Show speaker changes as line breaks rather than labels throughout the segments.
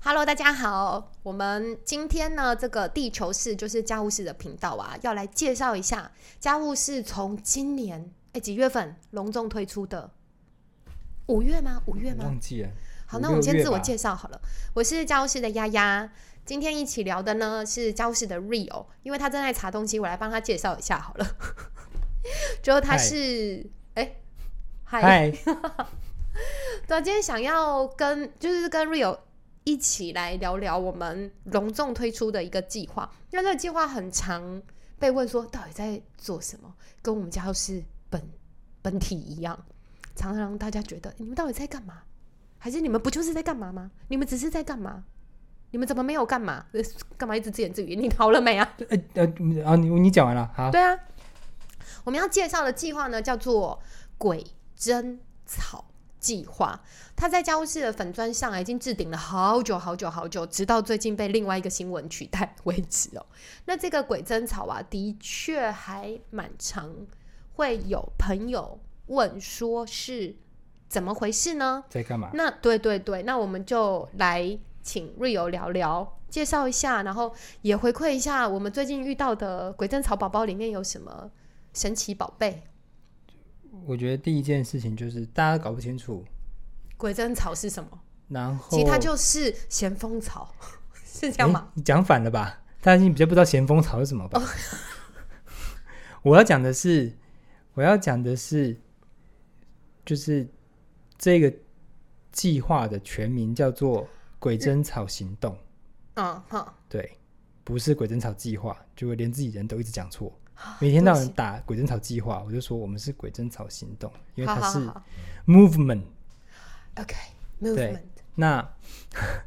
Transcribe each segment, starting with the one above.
Hello，大家好，我们今天呢，这个地球室就是家务事的频道啊，要来介绍一下家务事从今年哎几月份隆重推出的？五月吗？五月
我
吗？
忘记了。
好，
五
那我们先
六月
自我
吧
介绍好了，我是家务事的丫丫。今天一起聊的呢是家务事的 Rio，因为他正在查东西，我来帮他介绍一下好了。 就他
嗨
是哎，嗨、
嗨，
对，今天想要跟就是跟 Rio 一起来聊聊我们隆重推出的一个计划，因为这个计划很常被问说到底在做什么，跟我们家是本本体一样，常常让大家觉得你们到底在干嘛？还是你们不就是在干嘛吗？你们只是在干嘛？你们怎么没有干嘛？ 呃干嘛一直自言自语？你逃了没啊？
呃呃啊，你你讲完了，好，
对啊，我们要介绍的计划呢叫做“鬼针草”计划。它在家务室的粉砖上啊已经置顶了好久好久好久，直到最近被另外一个新闻取代为止哦。那这个鬼针草啊，的确还蛮常会有朋友问说是怎么回事呢？
在干嘛？
那对对对，那我们就来请瑞友聊聊，介绍一下，然后也回馈一下我们最近遇到的鬼针草宝宝里面有什么神奇宝贝。
我觉得第一件事情就是大家搞不清楚，
鬼针草是什么？
然后
其实它就是咸丰草， 是这样
诶
吗？
你讲反了吧？大家已经比较不知道咸丰草是什么 吧？我要讲的是，我要讲的是，就是这个计划的全名叫做“鬼针草行动”，
嗯哼，
对，不是“鬼针草计划”，就连自己人都一直讲错。
啊
每天到晚打“鬼针草计划”，我就说我们是“鬼针草行动”，因为
好
它
好
是
好
movement。对
，OK，movement，
那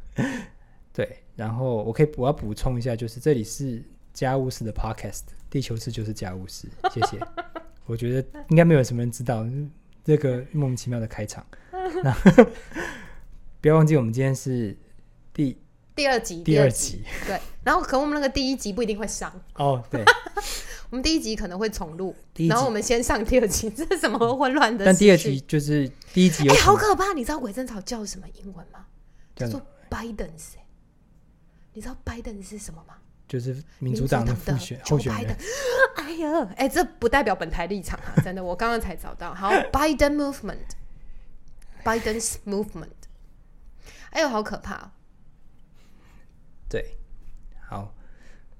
对，然后我可以我要补充一下，就是这里是家务事的 podcast，地球室就是家务事，谢 谢。我觉得应该没有什么人知道这个莫名其妙的开 场。那 不要忘记，我们今天是第
第二集，
第二集
集，对。然后可能我们那个第一集不一定会上，
哦， 对，
我们第一集可能会重录
第，一
然后
集
我们先上第二集， 这是什么混乱的？
但第二集，就是第一集有
哎，
可
好
能
可怕！你知道鬼针草叫什么英文吗？
这
叫
样
做 Biden's，、欸、你知道 Biden 是什么吗？
就是民主党的复选候
Joe
选
Biden。
人
哎 呀，哎、这不代表本台立场啊，真的，我刚刚才找到。好，Biden movement，Biden's movement。哎呦，好可怕哦！
对，好，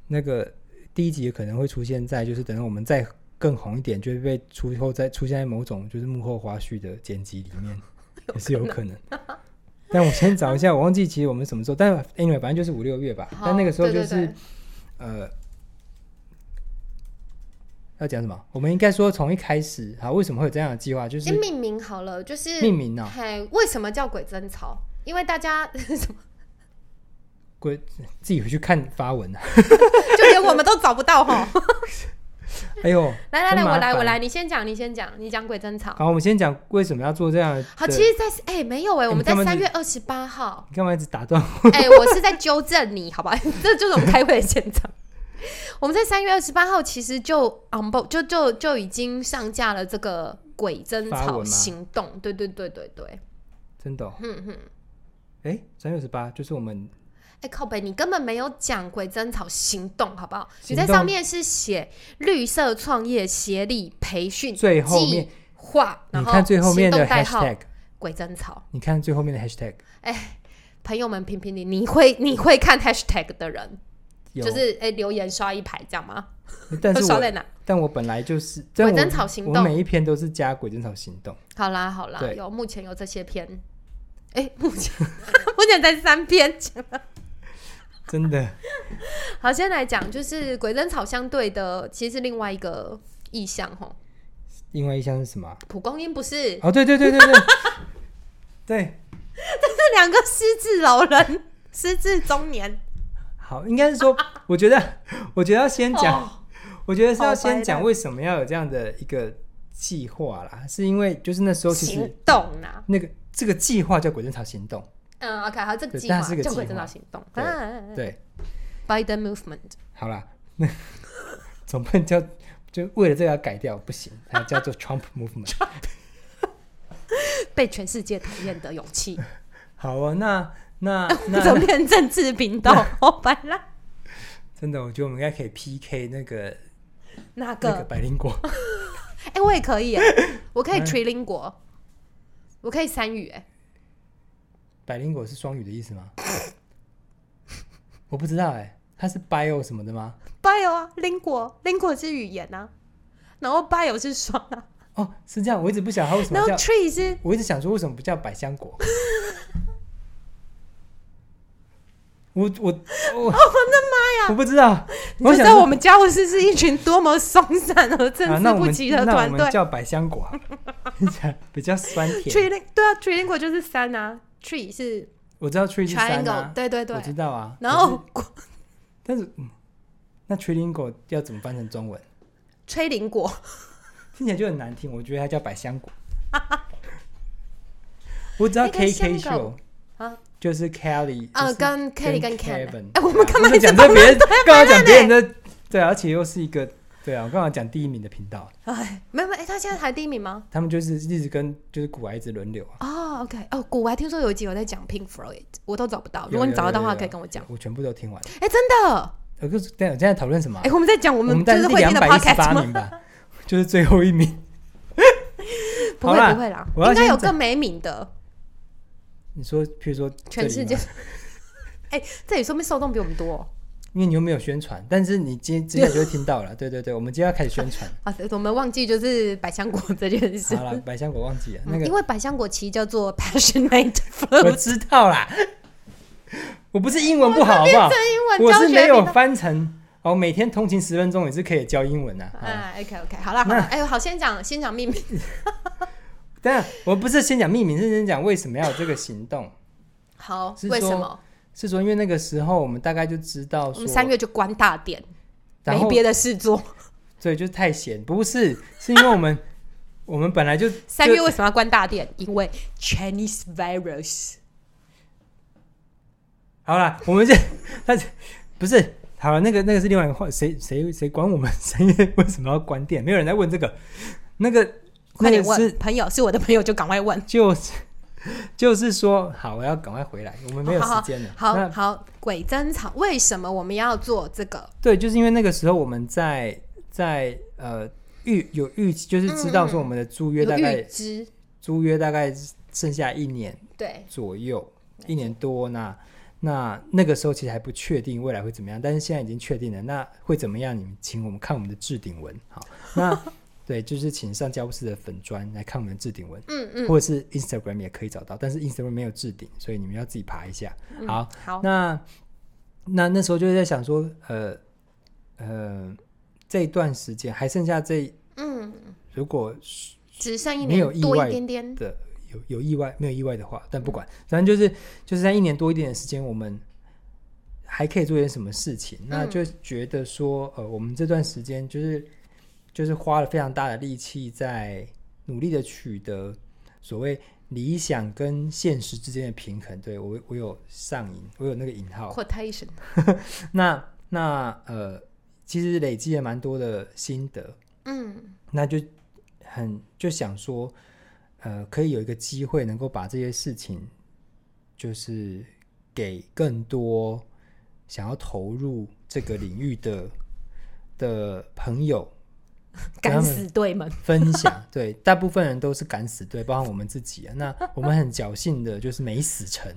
那个第一集可能会出现在，就是等到我们再更红一点，就会被出后再出现在某种就是幕后花絮的剪辑里面， 也是有可能。但我先找一下，我忘记其实我们什么时候，但 anyway 反正就是五六月吧。
好
但那个时候
对
就
对
是
对
呃，要讲什么？我们应该说从一开始，好，为什么会有这样的计划？就是
先命名好了，就是
命名啊
嘿，为什么叫鬼针草？因为大家 什么，
归自己回去看发文啊。
就连我们都找不到哈。
哎呦，
来来来，
真麻
我来我
烦
来，你先讲，你先讲，你讲鬼针草。
好，我们先讲为什么要做这样的。
好，其实在，哎、没有哎、
哎
我们
你
在
干嘛
三
你
月二十八号。
你干嘛一直打断我？
哎、我是在纠正你， 好吧？这就是我们开会的现场。我们在三月二十八号其实就 on board，就就就已经上架了这个“鬼针
发文
草
吗
行动”，对对对对对。
真的、哦，嗯嗯，哎，三月十八就是我们
哎、靠北，你根本没有讲“鬼针草行动”，好不好？你
行
在
动
上面是写“绿色创业协力培训
最后面
计划”，然
你
后
看最后面
行
的
动代号
hashtag，
“鬼针草
你看最后面的 hashtag，”。
朋友们，评评理，你会你会看 hashtag 的人，
有
就是哎、留言刷一排这样吗？
但
会
是
刷
我
在哪？
但我本来就是但我
鬼针草行动
我每一篇都是加鬼针草 行动，
好啦好啦，
对
有目前有这些篇，哎、目前 目前才三篇。
真的，
好，先来讲就是鬼针草相对的，其实是另外一个意象吼，
另外一项是什么啊？
蒲公英不是，
哦，对对对对 对对，
这两个失智老 人、失智中年，
好，应该是说，我觉得我觉得要先讲，
哦
我觉得是
好
要
白
先讲
烂
为什么要有这样的一个计划啦，是因为就是那时候其实
哦行动呐、
那个这个计划叫鬼针草行动，
嗯，OK，好，这个
对
计划
但它是个
叫
计
鬼针草
划
行动，
对
啊
对。
，Biden movement，
好啦，那总不能叫就为了这个要改掉，不行，它叫做 Trump Movement。
被全世界讨厌的勇气。
好啊，那 那
怎
那
么变政治频道？ 好白啦，
真的，我觉得我们应该可以 PK 那个
哪
那个
个？
百灵果，
哎、我也可以耶，我可以
嗯
t r i l i n g u a 我可以三语哎，
百灵果是双语的意思吗？我不知道哎、它是 bio 什么的吗？
bio 啊，lingual lingual 是语言啊，然后 bio 是双啊，
哦，是这样，我一直不晓得它为什
然
么
后
叫，
tree 是
我一直想说为什么不叫百香果。 我我我，
哦
我的妈呀！我不知道，
你就
我
知
想
道
说
我们家务事是一群多么松散而政
啊，那
治
我
不
们
齐的
那我
团
们
队。
叫百香果 啊，比较酸
tree
甜。
link- 对啊，tree lingual 就是三啊，tree 是
我知道 tree 是三
triangle，、
啊，
对对对
我。知道啊。
然
可是
后
但是，嗯，那 trilingual 要怎么翻成中文？
吹灵果，
听起来就很难听，我觉得它叫百 香果。我知道
那个
KK
香
秀
狗啊
就是 Kelly，
啊，
就是
跟 Kelly 跟 Ken，
Kevin，
哎，我们
对啊
干嘛一直
讲这
帮
别人
他对，
干
反
嘛讲
烂
别
欸
人的？对啊，而且又是一个对啊，我刚刚讲第一名的频道，
哎，没有没有，哎，他现在排第一名吗？
他们就是一直跟就是古癌一直轮流啊。
哦，OK，哦，古玩听说有一集有在讲 Pink Floyd，我都找不到，
有
如果你找得到的
有有
话，
有
可以跟我讲。
我全部都听完了。
哎，真的，
呃，可是等一下现在讨论什么啊？
哎，我们在讲我
我们
就
大概
是
是
会
两
听的
百一十
podcast
八
吗？
名吧， 就是最后一名。
不
好
会
啦
不会啦，
我要
应该
先
有
讲
更没名的，
你说，譬如说这
全
里
世
吗
界。 哎，这里说明受众比我们多哦
因为你又没有宣传，但是你今接下来就会听到了。对对对，我们今天要开始 宣传。
啊！我们忘记就是百香果这件事
好，了，百香果忘记了那
嗯因
个，
为百香果其实叫做 Passionate
我
Fruit，
知道啦。我不是英文不好，好不好？
英文
我
教
是
学
没
频
有
道。
翻成哦，每天通勤十分钟也是可以教英文啊。啊，
哎，OK OK，好了好
那
了，哎，好，先讲先讲秘 密。
当然，我不是先讲秘密，是先讲为什么要有这个行动。
好，
是
为什
说
么？
是说，因为那个时候我们大概就知道
我
说
们，三月就关大店，
然
没
后
别的事做。
对，就是太闲，不是，是因为我们 我们本来就
三月为什么要关大店？因为 Chinese virus。
好了，我 们这但是不是好了？那个那个是另外一个话，谁谁谁管我们谁为什么要关店？没有人在问这个。那个
快点
那个
问
是
朋友，是我的朋友就赶快问。
就是就是说，好，我要赶快回来，我们没有时间了。
好
那
好，鬼针草为什么我们要做这个？
对，就是因为那个时候我们在在呃预有预期，就是知道说我们的租约
嗯有
大
预
概
知，
租约大概剩下一年
对，
左右，一年多那。那那个时候其实还不确定未来会怎么样，但是现在已经确定了。那会怎么样？你们请我们看我们的置顶文， 好，那对，就是请上教务室的粉砖来看我们的置顶文，
嗯嗯，
或者是 Instagram 也可以找到，但是 Instagram 没有置顶，所以你们要自己爬一下。好，
嗯好，
那那那时候就是在想说，呃呃，这一段时间还剩下这，
嗯，
如果是
只剩一
没有
年
意
多
外
一点点，
的有有意外没有意外的话，但不管，反正就是就是在一年多一点的时间，我们还可以做点什么事情。那就觉得说，呃，我们这段时间就是就是花了非常大的力气在努力的取得所谓理想跟现实之间的平衡。对我我有上瘾，我有那个引号。
quotation，
那那呃，其实累积了蛮多的心得。
嗯
那就很就想说，呃，可以有一个机会能够把这些事情，就是给更多想要投入这个领域的的朋友
敢
们
死队们，
分享。对，大部分人都是敢死队，包含我们自己啊。那我们很侥幸的就是没死成，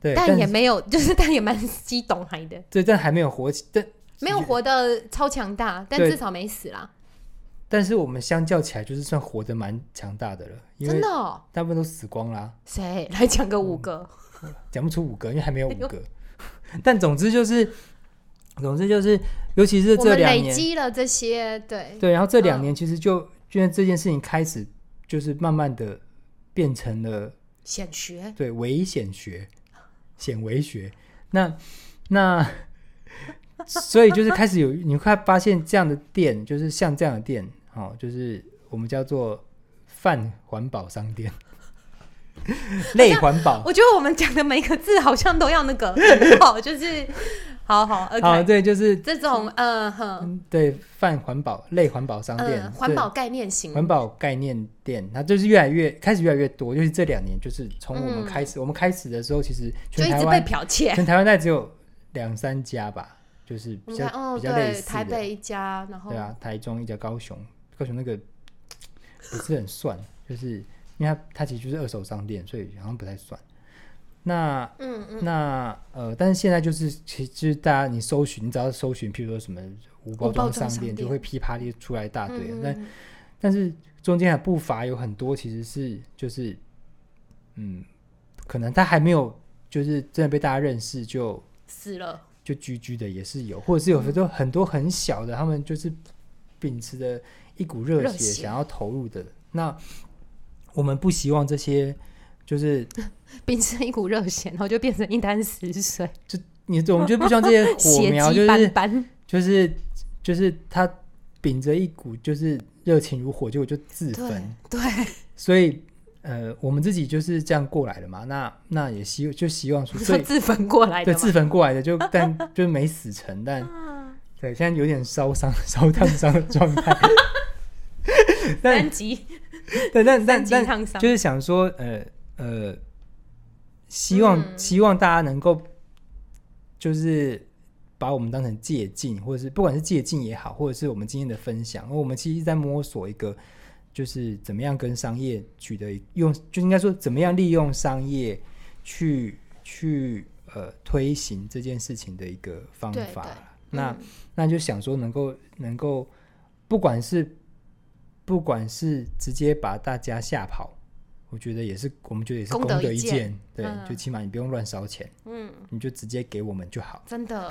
对，但
但也没有， 就是但也蛮激动还的，
对，但还没有火起，但
没有活得超强大，但
对
至少没死啦，
但是我们相较起来，就是算活得蛮强大的了，因
真
为
的哦。
大部分都死光啦、
谁来讲个五个？
嗯讲不出五个，因为还没有五个。但总之就是，总之就是，尤其是
我
这
们
两
累
年，
积了这些，对，
对，然后这
嗯
两年其实就、就因为这件事情开始，就是慢慢的变成了
显学，
对危险学、显微学。那那，所以就是开始有你会发现这样的店，就是像这样的店，哦，就是我们叫做泛环保商店，类环保。
我觉得我们讲的每个字好像都要那个，好，就是好好
好，
，OK，
对，就是
这种嗯哼，
嗯对泛环保类环保商店，
嗯，环保概念型
对。环保概念店，它就是越来越开始越来越多，就是这两年，就是从我们
嗯
开始，我们开始的时候，其实
就
全
一
台
直被
湾
剽窃。
全台湾大概只有两三家吧，就是
我 们
比较、
看，哦，
比较类
对，
似
台
的，
北一家，然后
对啊，台中一家，高雄，高雄那个不是很算，就是因为它它其实就是二手商店，所以好像不太算。那
嗯嗯，
那呃，但是现在就是，其实大家你搜寻，你只要搜寻，譬如说什么无包
无包
装
装
商
商
店，就
店
会噼啪地出来一大堆啊。
嗯
但
嗯
但是中间还不乏有很多其实是就是，嗯，可能他还没有就是真的被大家认识就
死 了，
就居居的也是有，或者是有很
嗯
多很多很小的，他们就是秉持着一股热
热
血
血
想要投入的。那我们不希望这些就是
变成一股热血，然后就变成一滩死水，
你，我们就不希望这些火
血
苗就
迹
是
斑斑。
就是就是他秉着一股就是热情如火，结果就自
对
焚。
对，
所以呃，我们自己就是这样过来的嘛。那那也希就希望说，
说
对
自焚过来的
对，
嘛。
自焚过来 的就但就没死成，但
啊
对现在有点烧伤、烧烫伤的 状态。但
三级
对，但但
三级
但
烫伤
就，是想说，呃呃，希望、
嗯
希望大家能够就是把我们当成借镜，或者是不管是借镜也好，或者是我们今天的分享，而我们其实一直在摸索一个就是怎么样跟商业取得一用，就应该说怎么样利用商业去去呃推行这件事情的一个方
对
法
对
啦。那、
嗯
那就想说能够能够，不管是不管是直接把大家吓跑，我觉得也是我们觉得也是
功
功
德
德
一
一
件
件，对，
嗯
就起码你不用乱烧钱，
嗯，
你就直接给我们就好，
真的，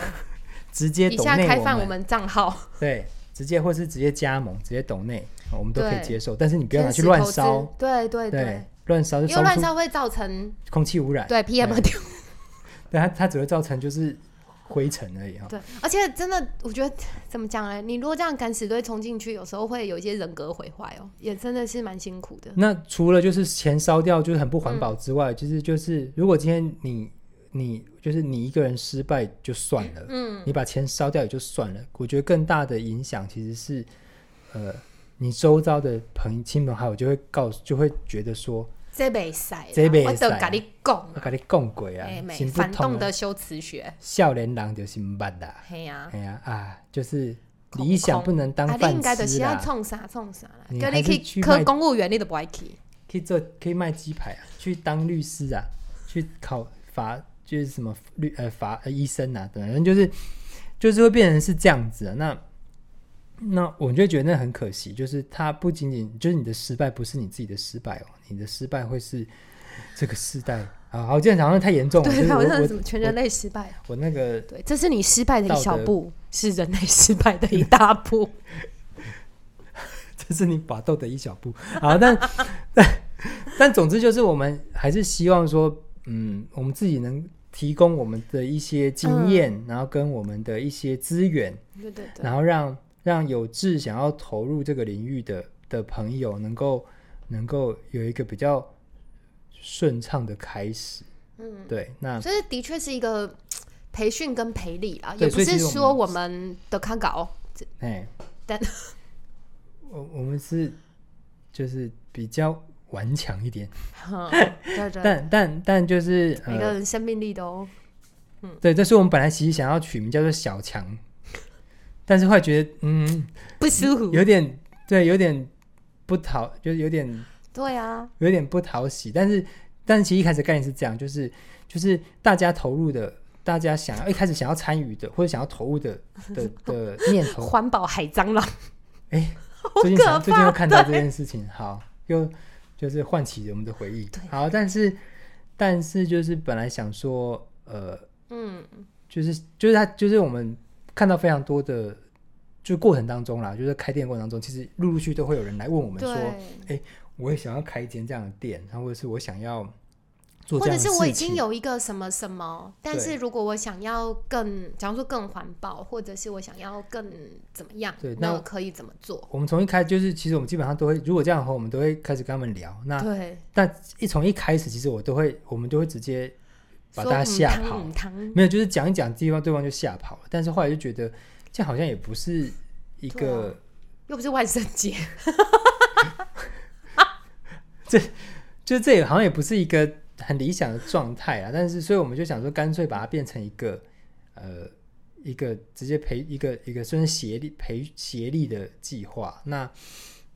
直接
以
抖
下
内
开
我
放我
们，
们账号，
对，直接或是直接加盟，直接抖内，哦我们都可以
对
接受，但是你不要拿
天
去
使
乱
投资
烧，，
对对对，，
乱烧就
因为
烧
乱
出
烧会造成
空气污染，
对 PM
对
二点五
对，它它只会造成就是灰尘而已哈，
对，而且真的，我觉得怎么讲呢？你如果这样敢死队冲进去，有时候会有一些人格毁坏哦，也真的是蛮辛苦的。嗯
那除了就是钱烧掉就是很不环保之外，其实就是如果今天你你就是你一个人失败就算了，
嗯，
你把钱烧掉也就算了，我觉得更大的影响其实是，呃，你周遭的朋亲朋好友就会告诉就会觉得说，
这北塞，
这不可以
我都跟你讲
我，跟你共鬼啊
哎，，没
行不
反
通
动
啊，
的修辞学，
少年郎就是唔捌啦，
嘿呀，
哎呀啊，就是
空
理想不
空
能当
啊，你应
饭
该就是
吃
要
啦，
冲啥冲啥啦，
你
跟
还
你
是去
去
卖
科公务员，你都不爱去。
可以做可以卖鸡排啊，去当律师啊，去考法就是什么律呃法呃医生啊，等等，就是就是会变成是这样子啊。那那我就觉得那很可惜，就是它不仅仅就是你的失败不是你自己的失败哦，你的失败会是这个世代啊，好，这样好像太严重了。就
对，啊
是
好像
我
是
我
什么全人类失败。
我那个
对，这是你失败的
道
一
德
小步，是人类失败的一大步。
这是你把豆的一小步。好，但但但总之就是，我们还是希望说，嗯，我们自己能提供我们的一些经验，然后跟我们的一些资源，
对对嗯对，
然后让让有志想要投入这个领域的的朋友能够能够有一个比较顺畅的开始。
嗯，
对，那
所以的确是一个培训跟培力啊，也
对
不
所以
是
其实
说
我
我们的看稿
哎，
但
我我们是就是比较顽强一点，
哦，嗯 对对对，
但但但就是
每
呃
个人生命力都
对，这是我们本来其实想要取名叫做小强，但是后来觉得嗯，
不舒服。
有点对，有点不讨，就是有点
对啊，
有点不讨喜。但是但是其实一开始概念是这样，就是就是大家投入的，大家想要一开始想要参与的或者想要投入 的的的念头，
环保海蟑螂，
哎，
好
最近
可
想最近又
怕。
看到这件事情，好，又就是唤起我们的回忆
对。
好，但是但是就是本来想说呃。
嗯，
就是就是他就是我们看到非常多的，就是过程当中啦，就是开店过程当中，其实陆陆续续都会有人来问我们说，
对，
我也想要开一间这样的店，然后或者是我想要做
或
这
者
样的事
是
情，
我已经有一个什么什么，但
对
是如果我想要更，假如说更环保，或者是我想要更怎么样
对，那
那可以怎么做？
我们从一开就是其实我们基本上都会，如果这样的话，我们都会开始跟他们聊。那
对，
但一从一开始，其实我都会，我们都会直接把
说
大家
嗯
吓
汤
跑
嗯汤
没有，就是讲一讲地方，对方就吓跑了。但是后来就觉得，这样好像也不是一
啊
个，
又不是万圣节，
就是这也好像也不是一个很理想的状态啊。但是，所以我们就想说，干脆把它变成一个，呃，一个直接培一个一个算是协力培协力的计划。那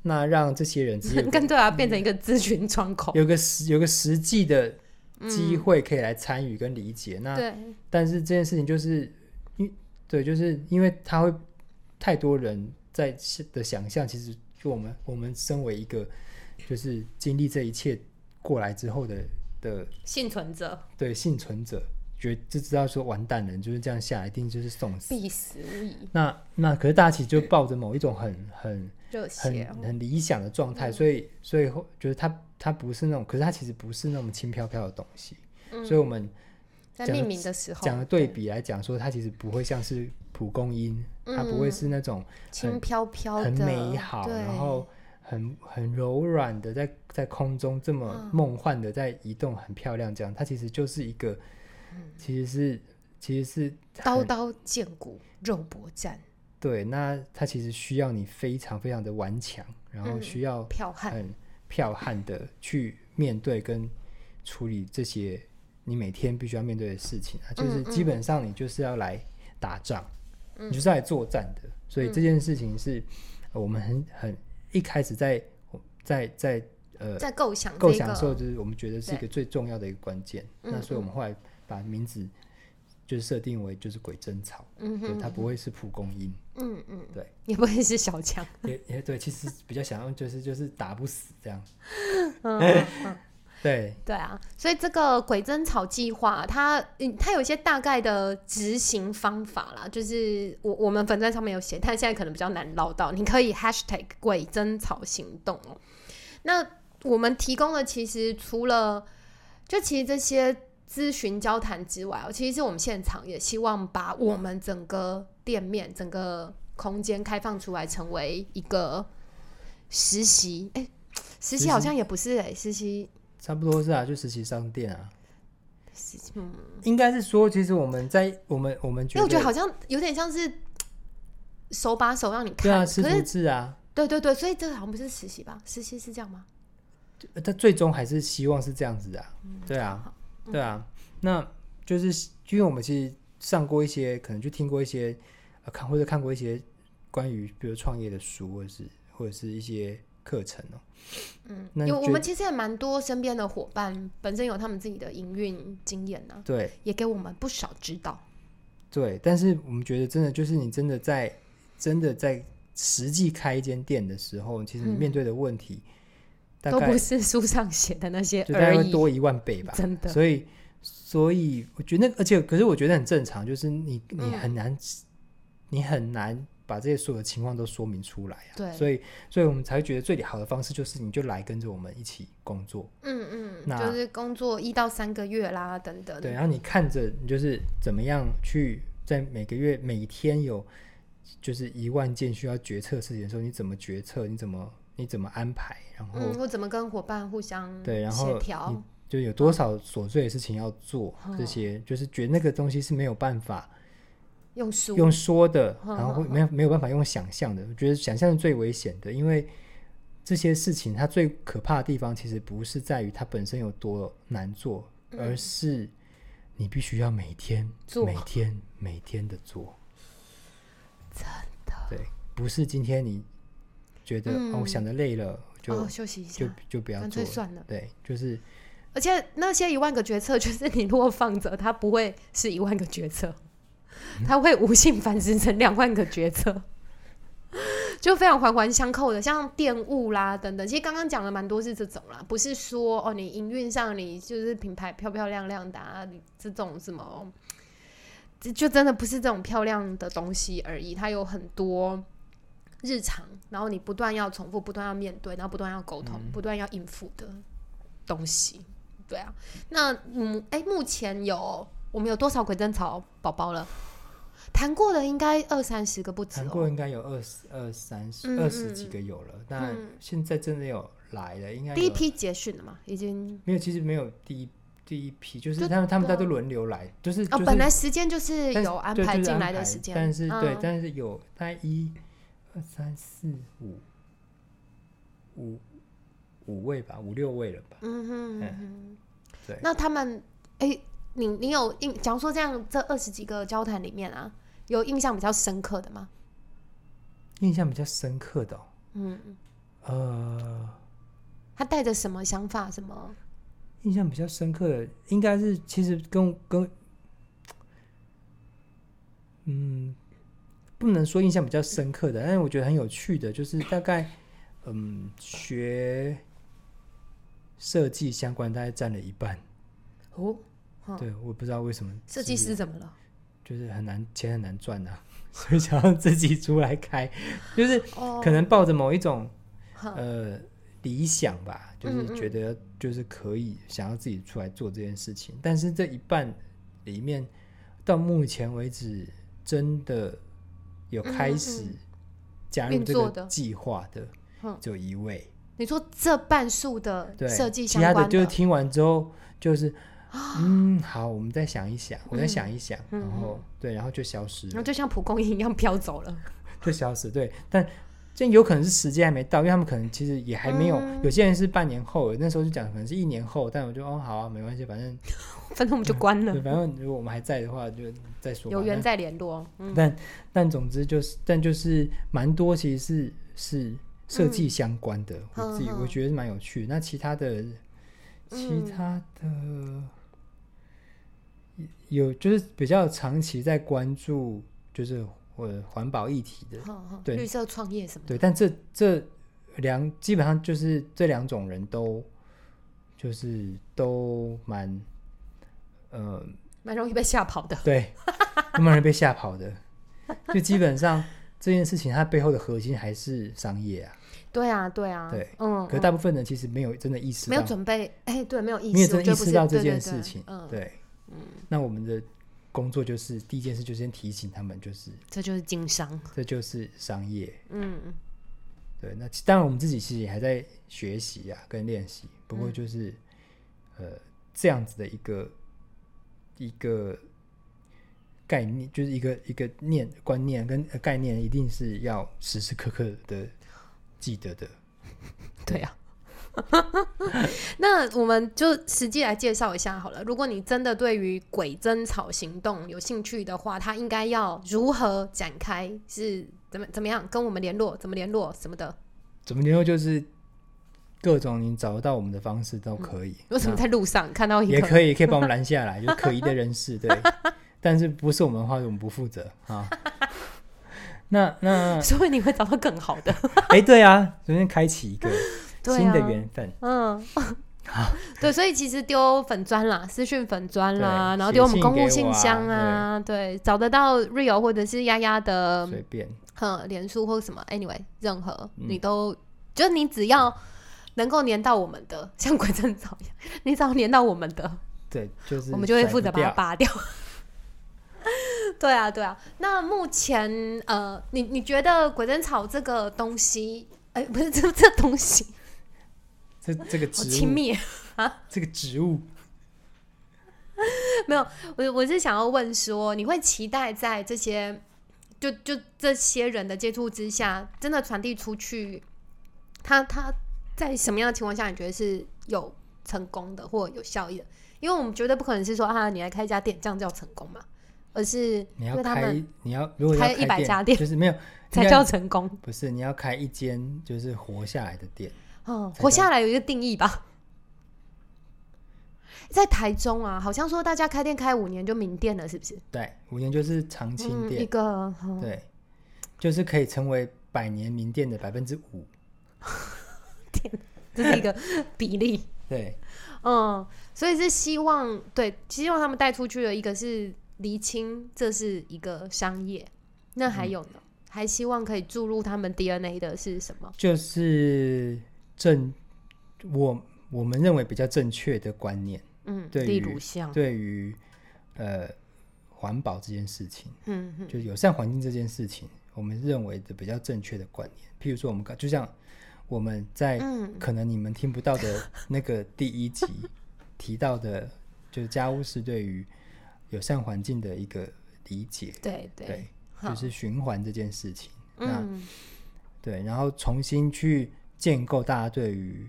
那让这些人直接有个
跟对啊，变成一个咨询窗口。
有个实有个实际的机会可以来参与跟理解。那
对，
但是这件事情就是，因对，就是因为他会太多人在想的想象，其实就我们我们身为一个就是经历这一切过来之后的的
幸存者
对幸存者，觉就知道说完蛋了，就是这样下来，一定就是送死。
必死无疑，
那那可是大家其实就抱着某一种很很
热
很
血哦。
很理想的状态，所以所以后就是他他不是那种，可是他其实不是那种轻飘飘的东西，
嗯
所以我们
在
讲
命名的时候，
讲的对比来讲说，它其实不会像是蒲公英，它不会是那种
轻飘嗯飘的，
很美好，
对
然后很很柔软的在在空中这
嗯
么梦幻的在移动，很漂亮。这样，它其实就是一个，
嗯
其实是其实是
刀
很
刀见骨，肉搏战，
对。那它其实需要你非常非常的顽强，然后
嗯
需要
剽悍。
很剽悍的去面对跟处理这些你每天必须要面对的事情啊，就是
嗯
基本上你就是要来打仗，你就是要来作战的，所
嗯
以这件事情是呃我们很很一开始在在在呃
在构想
构
这
想的时候，
个，嗯
就是我们觉得是一个最重要的一个关键，那所以我们后来把名字就是设定为就是鬼针草，
嗯
对它不会是蒲公英，
嗯嗯，
对，
也不会是小强，
也也对，其实比较想要就是就是打不死这样，
嗯嗯嗯，
对。
对啊，所以这个鬼针草计划，它嗯，它有一些大概的执行方法啦，就是我我们粉钻上面有写，但现在可能比较难捞到，你可以 hashtag 鬼针草行动哦。那我们提供的其实除了就其实这些咨询交谈之外哦，其实我们现场也希望把我们整个店面、整个空间开放出来，成为一个实习。哎、实习好像也不是哎、实习
差不多是啊，就实习商店啊，
实习嗯。
应该是说，其实我们在我们我们觉
因为
得，
我觉得好像有点像是手把手让你
对
看，
啊，师
可
徒
是
制啊，
对对对，所以这好像不是实习吧？实习是这样吗？
呃但最终还是希望是这样子的啊，
嗯
对啊，对啊，那就是因为我们其实上过一些，可能就听过一些，呃，看或者看过一些关于比如创业的书，或者是或者是一些课程哦、嗯，那你
有我
觉
们其实也蛮多身边的伙伴，本身有他们自己的营运经验呐、
对
也给我们不少指导。
对，但是我们觉得真的就是你真的在真的在实际开一间店的时候，其实你面对的问题。
嗯
大
都
概。
不是书上写的那些
就大
而
概会
已，
多一万倍吧。
真的
所以，所以我觉得那个，而且可是我觉得很正常，就是你你很
嗯
难，你很难把这些所有的情况都说明出来啊。
对
所以，所以我们才会觉得最好的方式就是你就来跟着我们一起工作，
嗯嗯，
那
就是工作一到三个月啦，等等，
对，然后你看着你就是怎么样去在每个月每天有就是一万件需要决策事情的时候，你怎么决策，你怎么你怎么安排，然后
嗯，或怎么跟伙伴互相
对，然后
嗯协调嗯
你，就有多少琐碎的事情要做，这些就是觉得那个东西是没有办法
用书，
用说的，
嗯
然后会没有没有办法用想象的。我觉得想象是最危险的，因为这些事情它最可怕的地方，其实不是在于它本身有多难做，而是你必须要每天
嗯做
每天每天的做。真的，对，不是今天你觉得、哦，我想的累了，就、
嗯哦，休息一下
就，就不要
干脆
做了。
算了。
对，就是。
而且那些一万个决策，就是你如果放着，它不会是一万个决策，它会无性繁殖成两万个决策，就非常环环相扣的，像电务啦等等。其实刚刚讲了蛮多是这种啦，不是说哦你营运上你就是品牌漂漂亮亮的啊，你这种什么，这就真的不是这种漂亮的东西而已，它有很多。日常，然后你不断要重复，不断要面对，然后不断要沟通，不断要应付的东西。对啊，那嗯，哎、目前有我们有多少鬼针草宝宝了？谈过的应该二三十个不止
韩
哦。
国应该有二十二三十
嗯
二十几个有了，但现在真的有来了，应该有
第一批结训了嘛，已经
没有，其实没有第一第一批，就是
就
他们他们大家都
对
轮流来，就是
哦，
就是
本来时间就是
但是
有安
对
排
就是
进来的
安
时
排
间，
但是对
嗯，
但是有大概一、二、三、四、五、五五位吧，五六位了吧？
嗯哼嗯哼，
对
那他们，哎、你你有印，假如说这样，这二十几个交谈里面啊，有印象比较深刻的吗？
印象比较深刻的、哦，
嗯，
呃，
他带着什么想法？什么？
印象比较深刻的应该是其实跟跟，嗯，不能说印象比较深刻的，但是我觉得很有趣的，就是大概嗯学设计相关大概占了一半。
哦，嗯
对，我不知道为什么
设计
是
师怎么了？
就是很难钱很难赚呐、啊 所以想要自己出来开，就是
哦，
可能抱着某一种
哼
呃理想吧，就是
嗯嗯
觉得就是可以想要自己出来做这件事情，但是这一半里面到目前为止真的有开始
嗯嗯
加入
运
这
作
个
的
计划的
嗯，
只有一位，
你说这半数的
对，
设计
其
相
他的
关
就是听完之后就是， 嗯，好，我们再想一想，我再想一想，
嗯
然后对，然后就消失
然后
了，
就像蒲公英一样飘走了。
就消失。对，但这有可能是时间还没到，因为他们可能其实也还没有，
嗯
有些人是半年后，那时候就讲可能是一年后，但我就哦好啊，没关系，反 正
反正我们就关了
对，，反正如果我们还在的话，就再说吧。
有缘
但
再联络。嗯
但总之就是，但就是蛮多其实是是设计相关的，
嗯
我自己
哼
我觉得蛮有趣的。那其他的其
嗯
他的有就是比较长期在关注就是呃环保议题的，
哼哼
对
绿色创业什么的？
对，但这这两基本上就是这两种人都就是都蛮呃
蛮容易被吓跑的。
对，那么人被吓跑的，就基本上这件事情它背后的核心还是商业啊，
对啊，对啊，
对
嗯，
可是
嗯
大部分人其实没有真的意识
没有
到
准备，哎，对，没有意识，
没有真
我觉
的
得
意
不
识
是
到这
对对
件
对
事情。
嗯，
对，那我们的工作就是第一件事就是先提醒他们，就是
这就是经商。
这就是商业。
嗯，
对，那其当然我们自己其实也还在学习啊，跟练习。不过就是、呃这样子的一个一个概念，就是一个一个念观念跟呃概念，一定是要时时刻刻的记得的。
对 啊。那我们就实际来介绍一下好了。如果你真的对于鬼针草行动有兴趣的话，它应该要如何展开？是怎么怎么样跟我们联络？怎么联络什么的？
怎么联络就是各种你找得到我们的方式都可以。
为什么在路上看到
那
一
也
个
嗯可以，可以把我们拦下来，就是可疑的人士， 对。但是不是我们的话，我们不负责啊。 那那
所以你会找到更好的。
哎、对啊，昨天开启一个
对
新的
啊
缘分，
嗯，
啊
对，所以其实丢粉砖啦，私讯粉砖啦，
对
然后丢我们公务
写信给我
信
啊
箱啊，对，找得到 Rio 或者是丫丫的
随、便。
哼脸书或什么，anyway，任何、
嗯
你都，就是你只要能够粘到我们的，像鬼针草一样，你只要粘到我们的，
对，就是
我们就会
甩
负责
不
把它
掉
拔掉。 对啊，对啊。那目前呃，你你觉得鬼针草这个东西，哎、不是这这东西
这这个
好
植
亲
物，
密，
这个植物，
我我是想要问说，你会期待在这些就就这些人的接触之下，真的传递出去，他他在什么样的情况下，你觉得是有成功的或有效益的？因为我们绝对不可能是说啊，你来开一家店，这样叫成功嘛，而是因
你要
为他
开
们，
你要如果要
开
开
100家店
就是没有应
才
该
叫成功。
不是你要开一间就是活下来的店，
嗯，
才
活
叫
下来有一个定义吧。在台中啊，好像说大家开店开五年就名店了，是不是？
对，五年就是常青
嗯，一
店，
个、嗯
对，就是可以成为百年名店的百分之五，
这是一个 比例。
对，
嗯，所以是希望对，希望他们带出去的一个是厘清，这是一个商业，那还有呢？
嗯
还希望可以注入他们 DNA 的是什么？
就是正我我们认为比较正确的观念，
嗯，
对
例
于
如像，
对于呃环保这件事情。
嗯嗯
就是友善环境这件事情，我们认为的比较正确的观念。譬如说，我们刚就像我们在
嗯
可能你们听不到的那个第一集提到的就是家务是对于友善环境的一个理解，
对
对，
对，好
就是循环这件事情。那
嗯，
对，然后重新去建构大家对于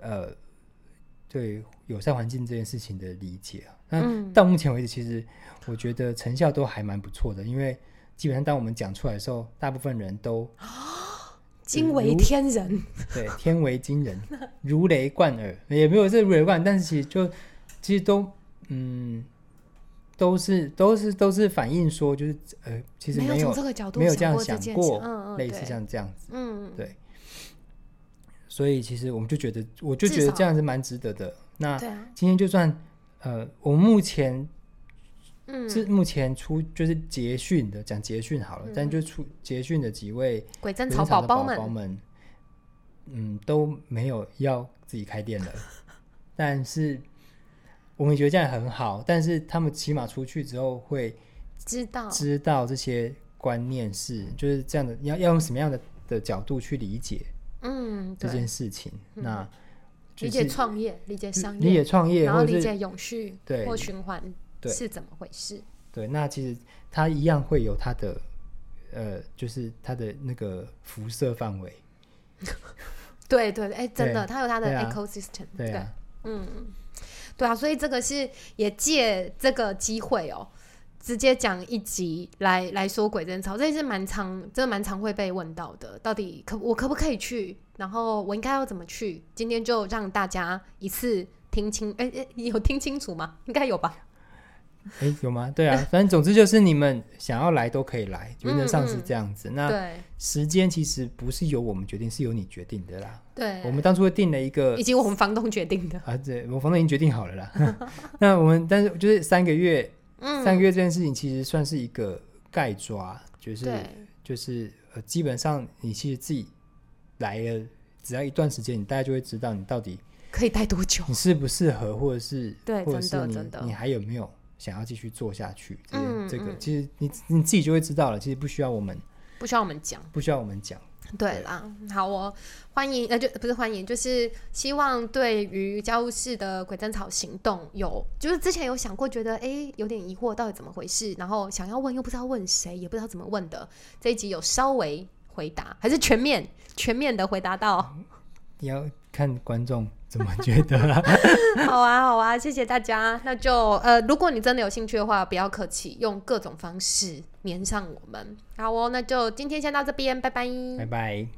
呃对友善环境这件事情的理解啊。那、
嗯
到目前为止，其实我觉得成效都还蛮不错的，因为基本上当我们讲出来的时候，大部分人 都
惊为
如
天人，
对天为惊人，如雷贯耳，也没有是如雷贯，但是其实就其实都嗯都是都是都是反映说就是呃其实
没
没
从
有
这个角度
没有这样
过这
想
件事
过，
嗯嗯，
类似
对，
像这样子，
嗯，
对所以其实我们就觉得我就
至
觉得
少
这样是蛮值得的。那
对啊，
今天就算呃我们目前
嗯，
是目前出就是捷讯的，讲捷讯好了，
嗯
但就出捷讯的几位
鬼针
原
草
厂
宝
的
宝
宝
们，
们，嗯，都没有要自己开 店了，但是我们觉得这样很好，但是他们起码出去之后会
知道，
知道这些观念是就是这样的，你要要用什么样的的角度去理解
嗯，
这
对
件，事情，那就
理解
是
创业，理解商
理
业，
解创业，
然后
或者
理
是
解永续
对
或循环
对
是怎么回事，
对，那其实它一样会有它的，呃，就是它的那个辐射范围。
对对，哎，真的，
对
它有它的
对啊
ecosystem，
对啊，
对啊，所以这个是也借这个机会哦，直接讲一集来来说鬼针草，这也是蛮常，真的蛮常会被问到的。到底可我可不可以去？然后我应该要怎么去？今天就让大家一次听清，哎、哎，有听清楚吗？应该有吧？
诶，有吗？对啊，反正总之就是你们想要来都可以来，原则上是
嗯
这样子。那
对
时间其实不是由我们决定，是由你决定的啦。
对，
我们当初定了一个
以及我们房东决定的，
啊，对，我房东已经决定好了啦。 那我们但是就是三个月，
嗯，
三个月这件事情其实算是一个盖抓，就是
对，
就是呃，基本上你其实自己来了，只要一段时间，你大概就会知道你到底
可以待多久？
你适不适合，或者是
对
或者
真
是
的
你
真的
你还有没有想要继续做下去？这件
嗯
这个
嗯
其实你你自己就会知道了，其实不需要我们
不需要我们讲。
不需要我们讲，
对啦，好哦，欢迎，呃，就不是欢迎，就是希望对于家务事的鬼针草行动有，就是之前有想过，觉得诶有点疑惑，到底怎么回事，然后想要问又不知道问谁，也不知道怎么问的，这一集有稍微回答，还是全面全面的回答到，
你要看观众怎么觉 得啦。
好啊好啊，谢谢大家，那就呃，如果你真的有兴趣的话，不要客气，用各种方式黏上我们，好哦，那就今天先到这边，拜拜，
拜拜。